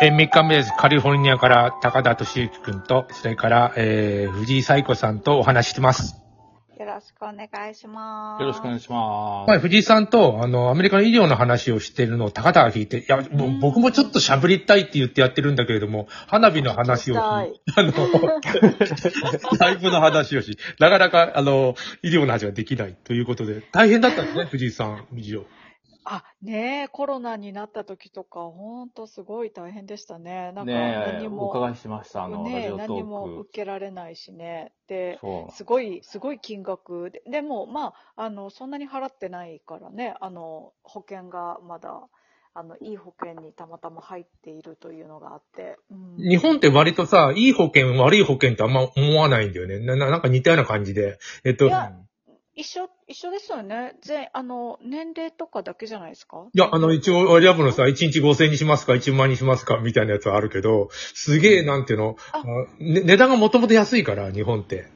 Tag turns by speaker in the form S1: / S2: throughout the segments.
S1: えー、3日目です。カリフォルニアから高田敏之くんと、それから、えー、藤井彩子さんとお話ししてます。
S2: よろしくお願いします。
S3: よろしくお願いしま
S1: 前、藤井さんと、あの、アメリカの医療の話をしているのを高田が聞いて、いや、もう僕もちょっと喋りたいって言ってやってるんだけれども、花火の話をし、
S2: は
S1: あ
S2: い。
S1: の、 ライブの話をし、なかなか、あの、医療の話ができないということで、大変だったんですね、藤井さん、以上。
S2: あ、ねえ、コロナになった時とか、ほんとすごい大変でしたね。な
S3: す。
S2: んか
S3: ねえ、
S2: 何
S3: お
S2: も、
S3: 伺いしました、あの、ラ
S2: ね
S3: ジ
S2: え、
S3: オト
S2: 何も
S3: ー
S2: 受けられないしね。で
S3: ク。、そ
S2: すごい、すごい金額で。でも、まあ、あの、そんなに払ってないからね、あの、保険がまだ、あの、いい保険にたまたま入っているというのがあって。うん
S1: 日本って割とさ、いい保険、悪い保険ってあんま思わないんだよね。な、ななんか似たような感じで。えっと、
S2: いうや
S1: ん
S2: 一緒、一緒ですよね。ぜ、あの、年齢とかだけじゃないですか
S1: いや、あの、一応、選ぶのさ、1日5000円にしますか、1万にしますか、みたいなやつはあるけど、すげえ、なんていうの、
S2: あ
S1: あね値段がもともと安いから、日本って。
S3: う。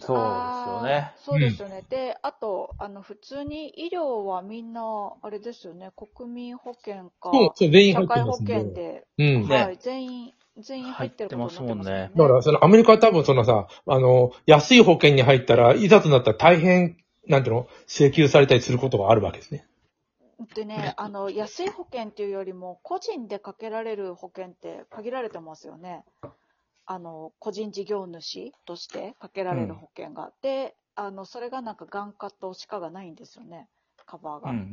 S3: そうですよね
S2: あ。ーそうですよね。で、あと、あの、普通に医療はみんな、あれですよね、国民保険か、
S1: そう、そう、全員入
S2: 社
S1: って
S2: 会
S1: ま
S2: 保
S1: すん
S2: 険で、
S1: うん。
S3: ね
S2: はい、全員、全員入ってることになってますよ
S3: 入ってますもんね
S1: だから、その、アメリカは多分そのさ、あの、安い保険に入ったら、いざとなったら大変、なんていうの、請求されたりすることがあるわけですね。
S2: でね、あの、安い保険っていうよりも、個人でかけられる保険って限られてますよね。あの、個人事業主としてかけられる保険が。で、あの、それがなんか眼科と歯科がないんですよね、カバー
S3: うん
S2: が。
S3: うん
S2: う
S3: うん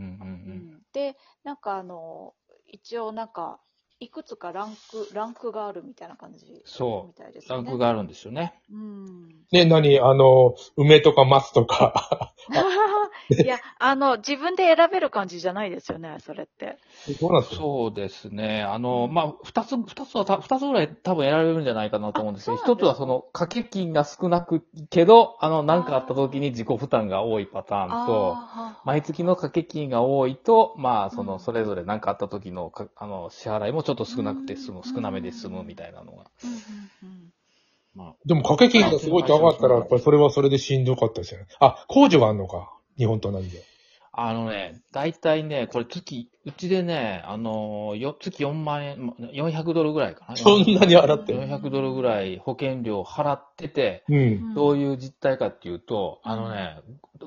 S2: んで、なんかあの、一応なんか、いくつかランク、ランクがあるみたいな感じ
S3: そう
S2: みたいで
S3: うん。
S2: す
S3: ラ
S2: よ
S3: ン
S2: ね。
S3: クがあるんですよね。
S2: うん。
S1: ね、何、あの、梅とか松とか。
S2: いや、あの、自分で選べる感じじゃないですよね、 それって。
S1: そうなんですよ。
S3: そうですね。あの、
S2: うん
S3: まあ、二つ、二つはた、二つぐらい多分選べるんじゃないかなと思うんですけど、
S2: あそう
S3: 一
S2: なん
S3: つ
S2: ですか
S3: はその、掛け金が少なくけど、あの、何かあった時に自己負担が多いパターンと、
S2: あー
S3: 毎月の掛け金が多いと、まあ、そうの、
S2: ん
S3: それぞれ何かあった時のか、あの、支払いもちょっと少なくて済む
S2: う、ん
S3: 少なめで済むみたいなのが。
S2: うんうんうん
S3: まあ、
S1: でも、掛け金がすごい高かったら、やっぱりそれはそれでしんどかったですよね。あ、控除があるのか。日本と同じで。
S3: あのね、大体ね、これ月、うちでね、あのー、よ、月4万円、ま400ドルぐらいかな。
S1: そんなに洗ってる。
S3: 400ドルぐらい保険料払ってて、
S1: うん。
S2: ん
S3: どういう実態かっていうと、あのね、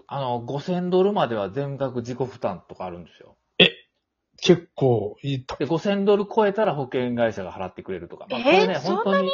S3: あの、5000ドルまでは全額自己負担とかあるんですよ。
S1: 結構、いい。
S3: で、5000ドル超えたら保険会社が払ってくれるとか。
S2: えー
S3: これね、
S2: そんなに
S3: 本当に。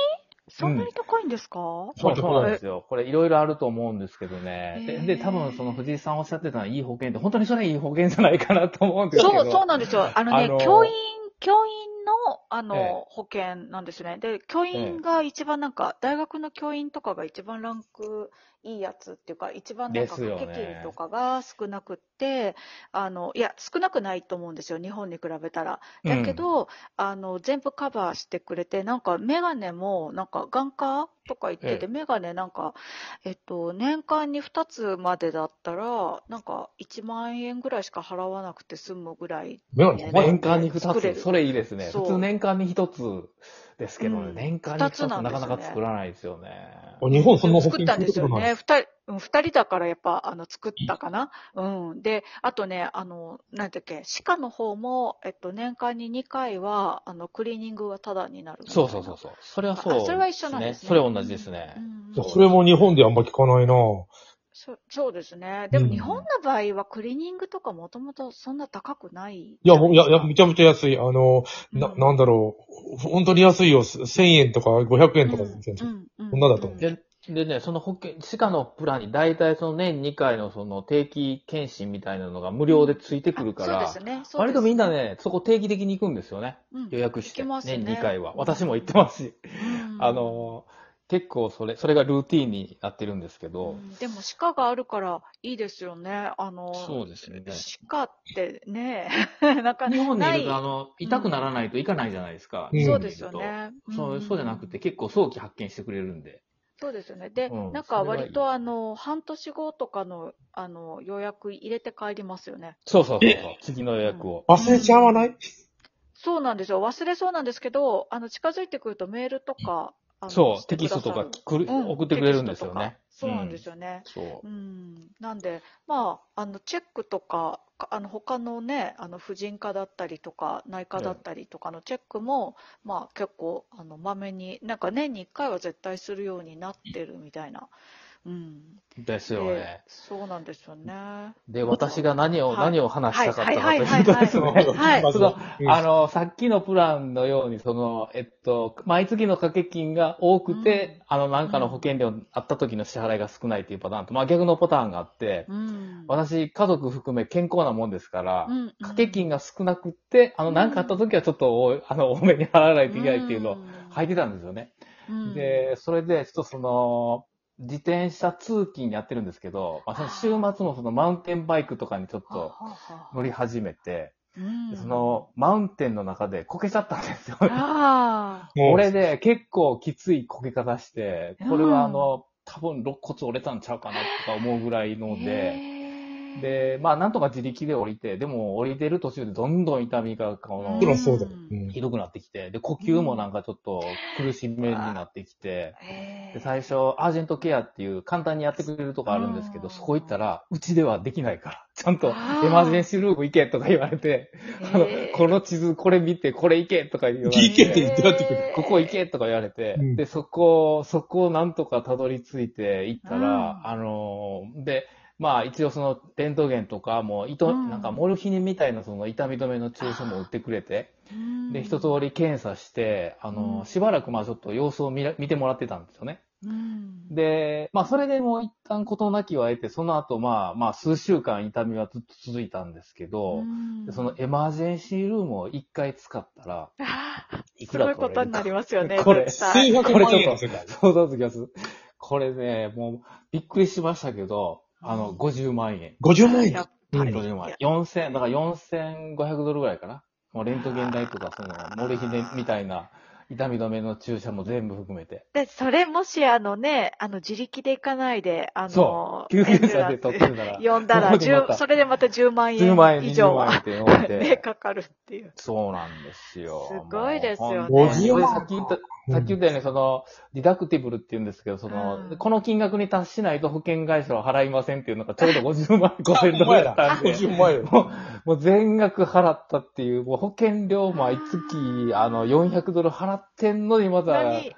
S2: そんなに高いんですか、
S3: そうそうなんですよ。これいろいろあると思うんですけどね。
S2: へー
S3: で、で、多分その藤井さんおっしゃってたのはいい保険って、本当にそれいい保険じゃないかなと思うんですけど。
S2: そう、そうなんですよ。あのね、
S3: あの
S2: 教員、教員の、あの、
S3: ええ
S2: 保険なんですね。で、教員が一番なんか、大学の教員とかが一番ランクいいやつっていうか、一番なんか
S3: ですよ
S2: 掛
S3: ね
S2: け金とかが少なくって、あの、いや、少なくないと思うんですよ。日本に比べたら。だけど、あの、全部カバーしてくれて、なんか、メガネも、なんか、眼科とか言ってて、
S3: ええ
S2: メガネなんか、えっと、年間に2つまでだったら、なんか、1万円ぐらいしか払わなくて済むぐらい
S1: メガ
S2: ね
S1: ネ、
S2: まあ
S3: 年間に
S2: 作れる
S3: 2つ。それいいですね。
S2: そう
S3: 普通年間に1つですけどね、
S2: うん
S3: 年間に2つ
S2: 二つなんで
S3: な
S2: すよ
S3: か
S2: ね
S3: なか作らないですよね。
S1: 日本そんな保
S2: 作
S1: 険
S2: ったんですよ
S1: 聞いたことない
S2: ね。二人、うん二人だからやっぱ、あの、作ったかな。うん。で、あとね、あの、なんだっけ、歯科の方も、えっと、年間に2回は、あの、クリーニングはタダになるみたい
S3: そ
S2: な。
S3: うそうそうそう。それはそう、
S2: あそれは一緒なんですね
S3: それ同じですね。
S2: うん
S3: そう
S1: それも日本であんま聞かないな
S2: そそうですね。でも
S1: うん
S2: 日本の場合はクリーニングとかもともとそんな高くない。い
S1: いや、もう、いや、いや、めちゃめちゃ安い。あの、な、なんだろう。本当に安いよ。1000円とか500円とか。そんなだと思う
S2: うん
S3: ででね、その保険、歯科のプランに大体その年2回のその定期検診みたいなのが無料でついてくるから、
S2: あそうですね。そうです
S3: 割とみんな、ね、そこ定期的に行くんですよね。
S2: うん
S3: 予約して。
S2: 行きますね
S3: 年2回は。私も行ってますし。
S2: うん
S3: あの、結構それ、それがルーティーンになってるんですけど。
S2: うんでも歯科があるからいいですよね。あの、
S3: そうですね。
S2: 歯科ってね、 なかなかない。
S3: 日本にいると、あの、痛くならないといかないじゃないですか。
S1: うん
S3: 日
S2: そう
S3: 本に
S2: で
S3: いる
S2: す
S3: と
S2: よ。ね。
S3: そう、そうじゃなくて、結構早期発見してくれるんで。
S2: そうですよね。で、
S3: うん
S2: なん
S3: それ
S2: か
S3: はいい
S2: 割とあの、半年後とかの、あの、予約入れて帰りますよね。
S3: そうそうそうそう。次の予約を。
S1: 忘れちゃわない
S2: そうなんですよ。忘れそうなんですけど、あの、近づいてくるとメールとか、あの
S3: そう、
S2: して
S3: テ
S2: くださ
S3: キス
S2: る
S3: トとか来る、
S2: うん
S3: 送ってくれるんですよね。
S2: そうなんですよね。
S3: そう
S2: う。ん、なんで、まあ、あのチェックとか、かあの他のね、あの婦人科だったりとか、内科だったりとかのチェックも、まあ、結構、あのまめに、なんか年に1回は絶対するようになってるみたいな、うん、
S3: ですよ
S2: で
S3: ね。
S2: そうなんですよね。
S3: で、私が何を、
S2: はい
S3: 何を話したかったかとい
S2: は
S3: う
S2: い
S3: と
S2: は いはいはい
S3: ですね
S2: はい。はい
S1: まず
S3: その
S1: うん
S3: あの、さっきのプランのように、その、えっと、毎月の掛け金が多くて、あの、なんかの保険料あった時の支払いが少ないっていうパターンと、まあ逆のパターンがあって、
S2: うん、
S3: 私、家族含め健康なもんですから、
S2: うんうん
S3: 掛け金が少なくって、あの、
S2: うん
S3: なんかあった時はちょっと多い、あの、多めに払わないといけないっていうのを入ってたんですよね。
S2: うん、
S3: で、それで、ちょっとその、自転車通勤やってるんですけど、まあ、その週末もそのマウンテンバイクとかにちょっ
S2: はあ
S3: と
S2: はあはあ
S3: 乗り始めて、
S2: うん、
S3: その、マウンテンの中でこけちゃったんですよ。
S2: ああ、
S1: もう
S3: これで結構きついこけ方して、これはあの、多分肋骨折れたんちゃうかなとか思うぐらいの で、
S2: へえ
S3: で、まあなんとか自力で降りて、でも降りてる途中でどんどん痛みが、こ
S1: も
S3: の
S1: ち、ろんそうだ。
S2: うん
S1: うん
S3: ひどくなってきて、で、呼吸もなんかちょっと苦しめになってきて、
S2: へえ
S3: で、最初、アージェントケアっていう簡単にやってくれるとこあるんですけ
S2: う
S3: ど、
S2: ん
S3: そこ行ったら、うちではできないから、 ちゃんとエ
S2: あー
S3: マージェンシールーム行けとか言われて、あの
S2: へえ、
S3: この地図、これ見て、これ行けとか言われて。
S1: 行けって言ってやってくる
S3: ここ行けとか言われて、
S1: うん
S3: で、そこ、そこをなんとかたどり着いて行ったら、
S2: うん
S3: あのー、で、まあ一応そのレントゲンとかも、糸、
S2: うん
S3: なんかモルヒネみたいなその痛み止めの注射も打ってくれて、
S2: うん
S3: で、一通り検査して、あの
S2: うん
S3: ー、しばらくまあちょっと様子を見ら見てもらってたんですよね。
S2: うん
S3: で、まあそれでもう一旦事なきを得て、その後まあ、まあ数週間痛みはずっと続いたんですけど、でそのエマージェンシールームを一回使ったら、い
S2: す
S3: く
S2: ご
S3: ら
S2: いことになり
S3: ま
S2: ますよね。
S3: これ
S2: 絶対
S3: これちょっと
S1: 世界。
S3: そうだときます。これね、もう、びっくりしましたけど、あの、
S2: うん
S3: 50万円。
S1: 50万円
S2: やっ
S1: ぱり
S3: 50万
S2: い
S3: 円。4000、だから4500ドルぐらいかな。もうレントゲン代とか、その、モルヒネみたいな、痛み止めの注射も全部含めて。
S2: で、それもし、あのね、あの、自力で行かないで、あ
S3: そ
S2: の、
S3: 救急
S2: エンブ
S3: 車
S2: ラ
S3: で
S2: ンス
S3: 取ってるなら、
S2: 呼んだ ら、
S3: そこでま
S2: 10
S3: た
S2: それでまた10万
S3: 10万円、
S2: 円以
S3: 20
S2: 上
S3: 万円
S2: は、
S3: って飲 ん
S2: ね、
S3: で。
S2: かかるっていう。
S3: そうなんですよ。
S2: すごいですよね
S3: もう本当に
S1: 50万
S3: これさっき言った、さっき言ったように、その、ディダクティブルって言うんですけど、その、
S2: うん
S3: この金額に達しないと保険会社は払いませんっていうのがちょうど50万、5000
S1: お
S3: ドル
S1: 前
S3: だ
S1: ら
S3: ったんで、
S1: 50万円。
S3: もう全額払ったっていう、もう保険料毎月、あの、400ドル払ってんのにまだ
S2: 何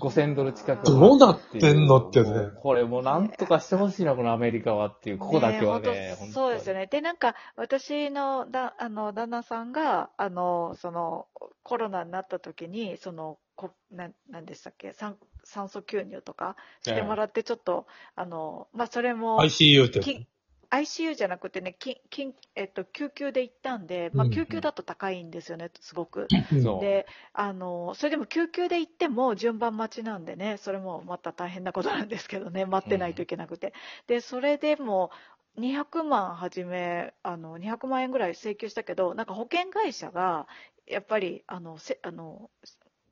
S3: 5000ドル近く。
S1: どうなってんのってやつね
S3: もうこれもうなんとかしてほしいな、このアメリカはっていう、ここだけは
S2: え
S3: ね。
S2: 本当そうですよ
S3: ね。
S2: ね。で、なんか、私のだ、あの、旦那さんが、あの、その、コロナになった時に、その、こななんでしたっけ酸酸素吸入とかしてもらって、ちょっと、あの、まあ、それも、
S1: ICU ってやつ。
S2: き ICU じゃなくてね、ききえっと、救急で行ったんで、まあ、
S1: うん
S2: 救急だと高いんですよね、すごく。
S3: そう。
S2: であの、それでも救急で行っても順番待ちなんでね、それもまた大変なことなんですけどね、待ってないといけなくて。で、それでも200万はじめあの、200万円ぐらい請求したけど、なんか保険会社が、やっぱりあのせあの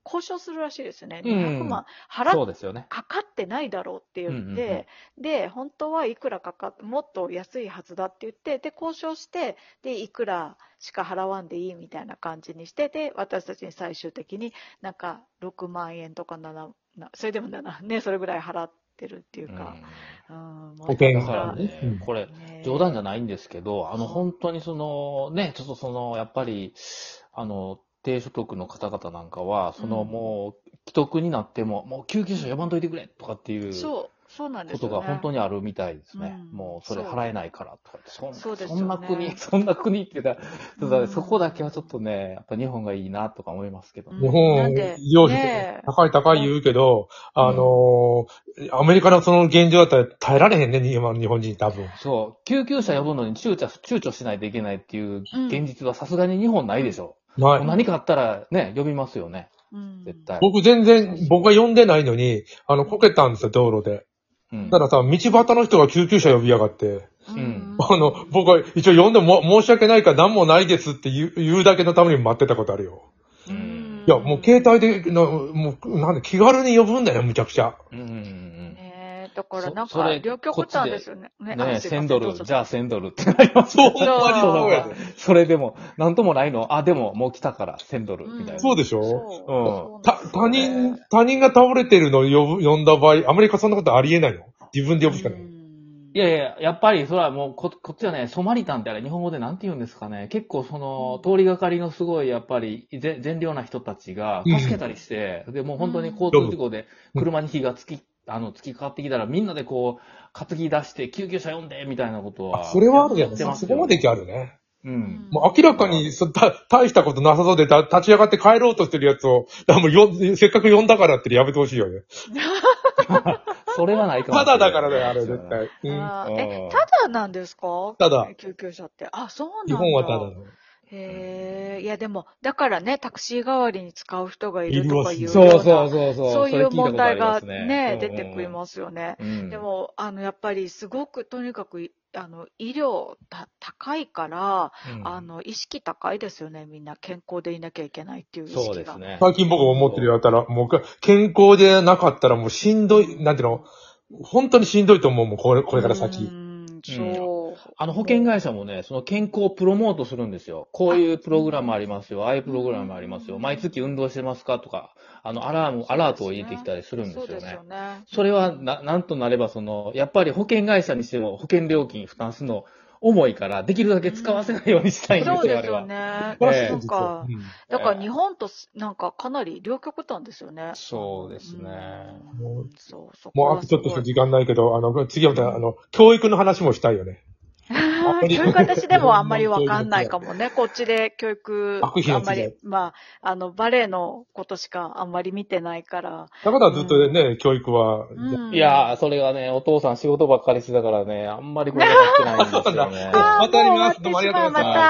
S2: 交渉するらしいですよね、
S3: うん
S2: 200万払っ
S3: そうですよね。
S2: かかってないだろうって言っ
S3: うんうん
S2: て、で本当はいくらかかっもっと安いはずだって言ってで交渉してでいくらしか払わんでいいみたいな感じにしてで私たちに最終的になんか6万円とか7なそれでも7ねそれぐらい払ってるっていうか、うんもう
S1: 保険
S2: な
S3: だ
S2: ん
S3: から
S2: か
S1: ねうん
S3: ね、これ、
S2: ね
S3: 冗談じゃないんですけど、あの、
S2: うん
S3: 本当にその、ね、ちょっとその、やっぱり、あの、低所得の方々なんかは、その、
S2: うん
S3: もう、既得になっても、もう救急車呼ばんといてくれとかっていうこ
S2: そうそうなんです
S3: と
S2: よ、ね、
S3: が本当にあるみたいですね。
S2: うん
S3: もう、それ払えないからとかって、そん
S2: そうですよ
S3: そ
S2: ね
S3: んな国、 そんな国って言ったらちょっとね、
S2: うん
S3: そこだけはちょっとね、やっぱ日本がいいなとか思いますけどね。
S1: 日
S2: な
S1: 本
S2: んで、
S1: 医療
S2: ね
S1: 費
S2: え
S1: 高い高い言うけど、あのー、アメリカのその現状だったら耐えられへんね、今の日本人多分。
S3: そう、救急車呼ぶのに躊躇躊躇しないといけないっていう
S2: うん
S3: 現実はさすがに日本ないでしょ。
S1: ない
S2: うん
S3: 何かあったらね、呼びますよね、
S2: うん
S3: 絶対。
S1: 僕全然、僕が呼んでないのに、あの、こけたんですよ、道路で。
S3: うん
S1: だからさ、道端の人が救急車呼びやがって、
S2: うん
S3: うん
S1: あの、僕は一応呼んでも申し訳ないから何もないですって言う言うだけのために待ってたことあるよ。
S2: うん
S1: いや、もう携帯で、なもう、なんで気軽に呼ぶんだよ、むちゃくちゃ。
S3: うんうんうん
S2: ねえだから
S3: そ
S2: なん
S3: そ
S2: か
S3: れ
S2: 両極端ですよね
S3: う
S2: ね
S3: ん。ねえ、
S2: あすいませ
S3: 1000
S2: ん
S3: ド
S2: どう
S3: ル、
S2: ぞ
S3: じゃあ1000ドルってなりますよ。
S2: そうほんまにそうだわ
S3: それでも、なんともないの、あ、でももう来たから1000ドル、みたいな。
S2: ん
S1: そうでしょ
S2: そう
S1: た、
S2: そうな
S1: 他
S2: んですよね
S1: 人、他人が倒れてるのを呼ぶ、呼んだ場合、アメリカそんなことありえないの自分で呼ぶしかない。
S3: いやいや、やっぱりそれはもうこ、こっちはね、ソマリタンってあれ日本語でなんて言うんですかね。結構その、
S2: うん
S3: 通りがかりのすごい、やっぱり、ぜ善良な人たちが
S1: うん
S3: 助けたりして、で、もう本当に
S2: うん
S3: 交通事故で
S1: うん
S3: 車に火がつき、あの、つきかかってきたらみんなでこう、担ぎ出して救急車呼んで、みたいなこと
S1: あ
S3: は。
S1: それはあるや
S3: や
S1: ん。
S3: ってます
S1: そ
S3: よ
S1: こまで。きあるね。
S3: うん。
S1: もう明らかにそた大したことなさそうでた立ち上がって帰ろうとしてるやつを、だからもうよせっかく呼んだからってやめてほしいよね。
S3: それはないかも
S1: た
S3: しれな
S1: だだ
S3: い。
S1: からだよ、あれ絶対。うん
S2: あ
S3: うん
S2: ーえ、ただなんですか
S1: ただ。
S2: 救急車って。あ、そうなんだ。
S1: 日本はただだ。
S2: へえ、いやでも、だからね、タクシー代わりに使う人がいる
S1: いる
S2: と
S1: わ
S2: かいうような
S3: そうそうそうそう。
S2: そういう問題が
S3: それ
S2: ね、
S3: 聞
S2: 出
S3: いたことあります
S2: てきますよね。
S3: うんうん
S2: でも、あの、やっぱりすごく、とにかく、いあの、医療た高いから、
S1: うん
S2: あの、意識高いですよね、みんな。健康でいなきゃいけないっていう意識が。
S3: そうですね。
S1: 最近僕思ってるやったら、もうか健康でなかったらもうしんどい、なんていうの、本当にしんどいと思うもん、これこれから
S2: う
S1: 先。
S2: ん、そう。
S3: あの保険会社もね、その健康をプロモートするんですよ。こういうプログラムありますよ。ああいうプログラムありますよ。
S2: うん
S3: 毎月運動してますかとか、あの、アラーム、アラートを入れてきたりするんです
S2: そう
S3: よ
S2: です
S3: ね
S2: よ。ね。
S3: それは、な、なんとなれば、その、やっぱり保険会社にしても保険料金負担するの重いから、できるだけ使わせないようにしたいんで
S2: そう
S3: すよ、
S2: で
S3: あ
S2: す
S3: れ
S2: よ
S3: は。
S2: ね。
S3: ええ
S2: なんか
S1: う、ん
S2: だから日本とすなんかかなり両極端ですよね。
S3: そうですね
S2: うん。そう、そこ
S1: もう
S2: は
S1: あとちょっと
S2: す
S1: しか
S2: ごい
S1: 時間ないけど、あの、次はまた、あの、教育の話もしたいよね。
S2: あー 教育私でもあんまりわかんないかもね。こっちで教育、
S1: 学費
S2: あ
S1: の
S2: んま
S1: 時代
S2: り、まあ、あの、バレエのことしかあんまり見てないから。
S1: だからずっとね、教育は、
S2: うん
S3: いやー、それがね、お父さん仕事ばっかりしてたからね、あんまりこれがやってないんですよね。
S1: あ
S2: あー、もう
S1: 渡り
S2: 終わ
S1: ま
S2: っ
S1: す
S2: て
S1: ど
S2: し
S1: うもありがとうござ
S2: まう。
S1: いました
S2: また。